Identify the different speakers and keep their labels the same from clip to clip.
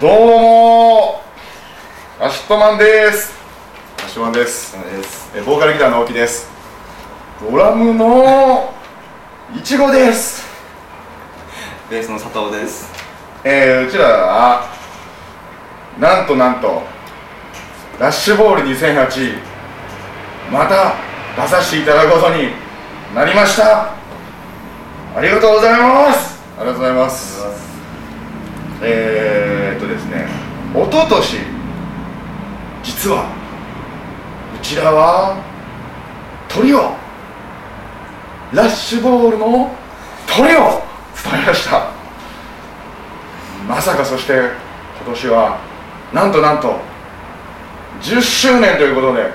Speaker 1: どうもーアシットマンです
Speaker 2: マシュマンです。
Speaker 1: です
Speaker 2: えボーカルギターの青木です。
Speaker 1: ドラムのいちごです
Speaker 3: ベースの佐藤です。
Speaker 1: えー、うちらはなんとなんとラッシュボール2008また出させていただくことになりましたありがとうございます
Speaker 2: ありがとうございます。
Speaker 1: えー、っとですね一昨年実はうちらはトリオラッシュボールのトリオを務めましたまさかそして今年はなんとなんと10周年ということで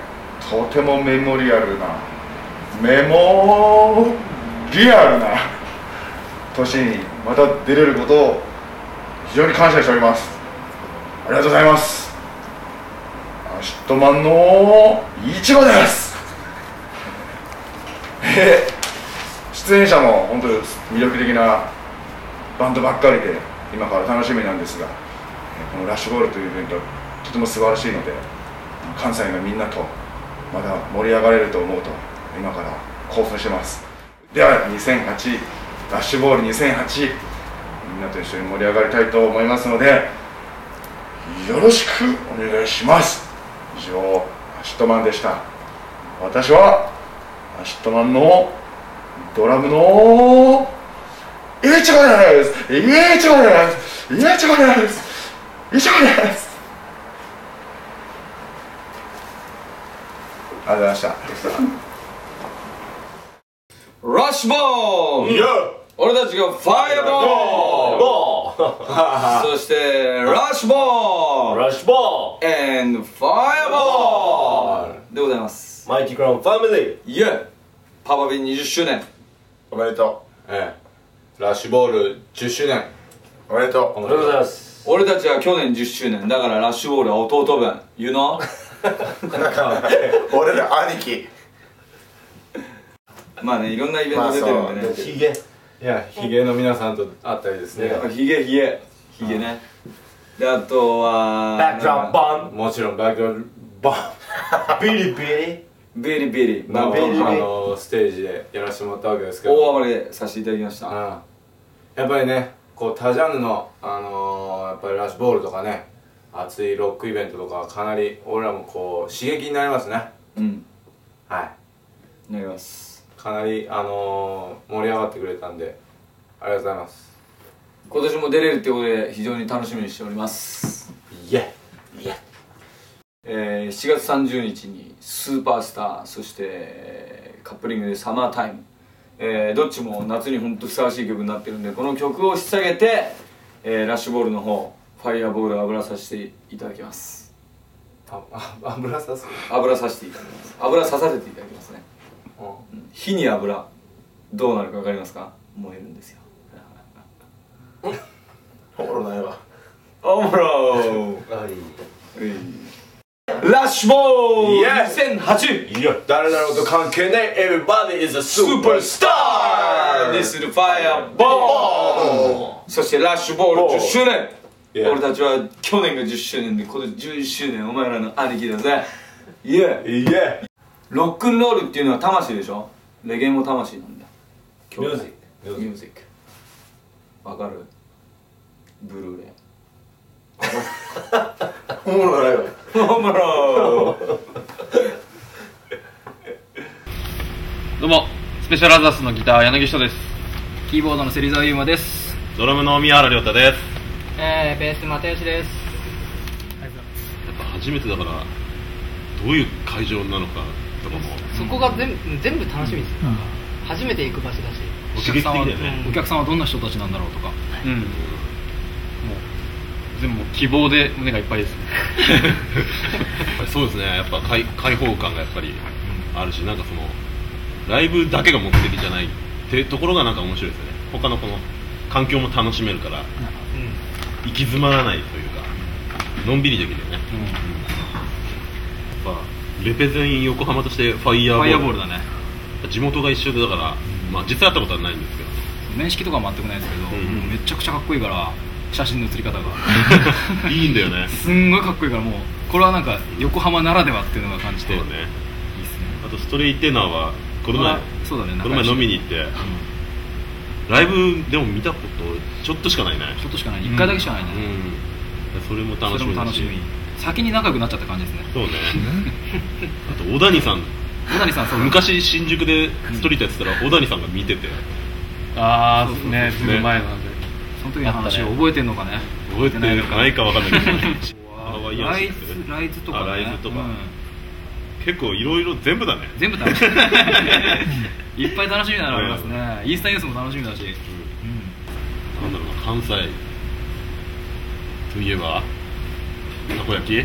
Speaker 1: とてもメモリアルなメモリアルな 年にまた出れることを非常に感謝しておりますありがとうございますアシットマンのいちごです えー出演者も本当に魅力的なバンドばっかりで今から楽しみなんですがえーこのラッシュボールというイベントとても素晴らしいので関西のみんなとまた盛り上がれると思うと今から興奮してますでは2008ラッシュボール2008みんなと一緒に盛り上がりたいと思いますのでよろしくお願いします以上アシットマンでした私はアシットマンのドラムのいちごですいちごですいちごですいちごですありがとうございました
Speaker 3: ラッシュボーン
Speaker 2: いや、
Speaker 3: 俺たちがファイアボ
Speaker 4: ボ
Speaker 3: ーンそしてラッシュ
Speaker 4: ー
Speaker 3: ボーン
Speaker 4: ラッシュボ
Speaker 3: and ファイアボーンでございます
Speaker 4: ーマイティクラウンファミリー
Speaker 3: イエーパパビン20周年
Speaker 2: おめでと
Speaker 5: ええ、ラッシュボール10周年
Speaker 2: う。おめでと
Speaker 4: おめ
Speaker 2: う。
Speaker 4: でとうございます
Speaker 3: 俺たちは去年10周年だからラッシュボールは弟分 You know?
Speaker 2: 俺ら兄貴。
Speaker 3: まあねいろんなイベント出てるんでね、
Speaker 2: まあそ
Speaker 4: ヒゲ
Speaker 5: いやヒゲの皆さんと会ったりですね
Speaker 3: やっぱヒゲヒゲヒゲねであとは
Speaker 4: バックドランバン
Speaker 5: もちろんバックバ
Speaker 4: ビリビリ
Speaker 3: ビリビリ
Speaker 5: ン
Speaker 3: まあ
Speaker 5: の
Speaker 3: ビリビリ
Speaker 5: あのステージでやらせてもらったわけですけど
Speaker 3: 大暴れさせていただきました
Speaker 5: うん、やっぱりねこう他ジャンルの、あのーやっぱりラッシュボールとかね熱いロックイベントとかはかなり俺らもこう刺激になりますね
Speaker 3: うん
Speaker 5: はい
Speaker 3: なります
Speaker 5: かなり、あのー盛り上がってくれたんでありがとうございます
Speaker 3: 今年も出れるってことで非常に楽しみにしております
Speaker 5: イエ
Speaker 3: えー、7月30日にスーパースターそしてえーカップリングで「サマータイム」えーどっちも夏に本当ふさわしい曲になってるんでこの曲を引っ提げて、えーラッシュボールの方ファイヤーボール油させていただきます
Speaker 5: ああ油さす
Speaker 3: 油させていただきます油ささせていただきますね、うん火に油どうなるか分かりますか燃えるんですよ
Speaker 2: おもろないわ。
Speaker 3: おもろ
Speaker 4: はい
Speaker 3: ーラッシュボール
Speaker 5: Yes
Speaker 3: 2008
Speaker 4: いや
Speaker 5: 誰だろうと関係ない
Speaker 4: Everybody is a
Speaker 3: スーパースターにするファイアボーンそしてラッシュボール10周年
Speaker 5: Yeah
Speaker 3: 俺たちは去年が10周年で今年11周年お前らの兄貴だぜイエー
Speaker 5: イエ
Speaker 3: ロックンロールっていうのは魂でしょレゲエも魂なんだ
Speaker 4: ミュージック
Speaker 3: ミュージックわかるブルーレイ
Speaker 2: おもろないわ。
Speaker 3: おもろー
Speaker 6: どうも、スペシャルアザースのギター、柳下です。キーボードの芹沢優馬です。
Speaker 7: ドラムの宮原亮太です
Speaker 6: えー、ベース又吉です。
Speaker 7: やっぱ初めてだからどういう会場なのかとかも
Speaker 8: そこが全全部楽しみですよ、初めて行く場所だし
Speaker 6: お
Speaker 7: 刺激的だよね
Speaker 6: お客さんはどんな人たちなんだろうとか。うん。もう、全部もう希望で胸がいっぱいですね。
Speaker 7: やっぱりそうですねやっぱ開開放感がやっぱりあるしなんかそのライブだけが目的じゃないってところがなんか面白いですよね他のこの環境も楽しめるから行き詰まらないというかのんびりできるよね、うんやっぱレペゼン横浜としてファイヤー
Speaker 6: フ
Speaker 7: ボー
Speaker 6: ァ
Speaker 7: ル
Speaker 6: イアボールだね
Speaker 7: 地元が一緒でだから、まあ実際会ったことはないんですけ ど
Speaker 6: 面識とかは全くないですけど、
Speaker 7: ん
Speaker 6: もうめちゃくちゃかっこいいから写真の写り方が
Speaker 7: いいんだよね
Speaker 6: すんごいかっこいいからもうこれはなんか横浜ならではっていうのが感じ
Speaker 7: そ
Speaker 6: て
Speaker 7: う
Speaker 6: いい
Speaker 7: だ
Speaker 6: ですね
Speaker 7: ねあとストレイテナーはこの前
Speaker 6: あそうだね
Speaker 7: この前飲みに
Speaker 6: 行っ
Speaker 7: 行ってライブでも見たことちょっとしかないね
Speaker 6: ちょっとしかない1回だけしかないね、
Speaker 7: うんそれも楽し
Speaker 6: それ
Speaker 7: み
Speaker 6: も
Speaker 7: だ
Speaker 6: 楽
Speaker 7: し
Speaker 6: しみ先に仲良くなっちゃった感じですね
Speaker 7: そうねあと小谷さん
Speaker 6: 小谷さんそう
Speaker 7: 昔新宿でストリートやってたら小谷さんが見てて
Speaker 6: あ
Speaker 9: あねずいぶん前なんで
Speaker 6: その時の話を覚えてんのかね
Speaker 7: 覚えてないないかわかんないけどハワイアン
Speaker 6: ラ
Speaker 7: シ
Speaker 6: イ
Speaker 7: ップ
Speaker 6: ズライズとか、ね、
Speaker 7: あライズとか
Speaker 6: うん
Speaker 7: 結構いろいろ全部だね
Speaker 6: 全部楽し みいっぱい楽しみなのありますねインスタニュースも楽しみだし、
Speaker 7: なんだろうな関西といえばたこ 焼き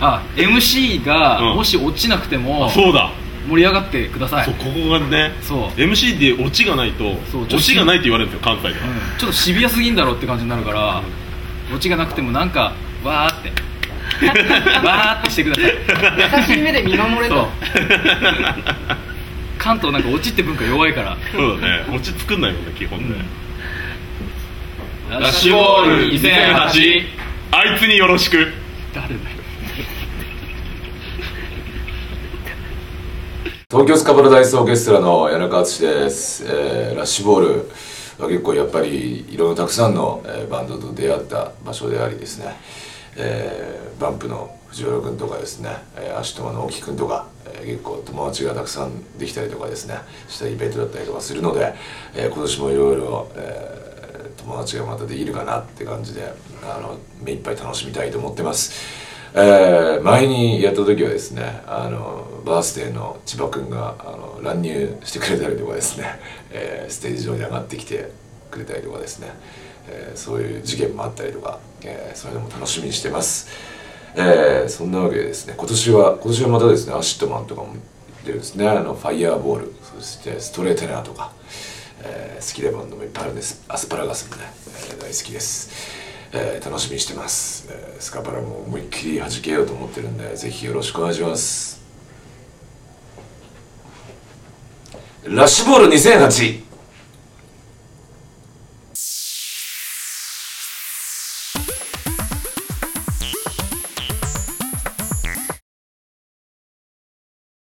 Speaker 6: あ MC が
Speaker 7: うん
Speaker 6: もし落ちなくても
Speaker 7: あそうだ
Speaker 6: 盛り上がってください、
Speaker 7: そうここがね
Speaker 6: そう
Speaker 7: MC でオチがないと
Speaker 6: そう
Speaker 7: オチがないって言われるんですよ関西では、
Speaker 6: うんちょっとシビアすぎんだろうって感じになるから、オチがなくてもなんかわーっ てわーってしてください
Speaker 8: 優しい目で見守れ
Speaker 6: そ う
Speaker 8: と
Speaker 6: 関東なんかオチって文化弱いから
Speaker 7: そうだねオチ作んないもんね基本ね、
Speaker 6: ラッシュボール2008
Speaker 7: あいつによろしく
Speaker 6: 誰だよ
Speaker 10: 東京スカパラダイスオーケストラの柳川敦です、えーラッシュボールは結構やっぱりいろんなたくさんの、えーバンドと出会った場所でありですね、えーバンプの藤原君とかですね、えー、足友の大木君とか、えー結構友達がたくさんできたりとかですねしたイベントだったりとかするので、えー今年もいろいろえー友達がまたできるかなって感じであの目いっぱい楽しみたいと思ってます。えー前にやった時はですねあのバースデーの千葉君があの乱入してくれたりとかですね、 えーステージ上に上がってきてくれたりとかですね、えーそういう事件もあったりとか、えーそれでも楽しみにしてます、えーそんなわけでですね今年は今年はまたですねアシットマンとかも出るんですねあのファイヤーボールそしてストレーテナーとか、えー好きなバンドもいっぱいあるんですアスパラガスもね、えー大好きです、えー楽しみにしてます、えースカパラも思いっきり弾けようと思ってるんでぜひよろしくお願いしますラッシュボール2008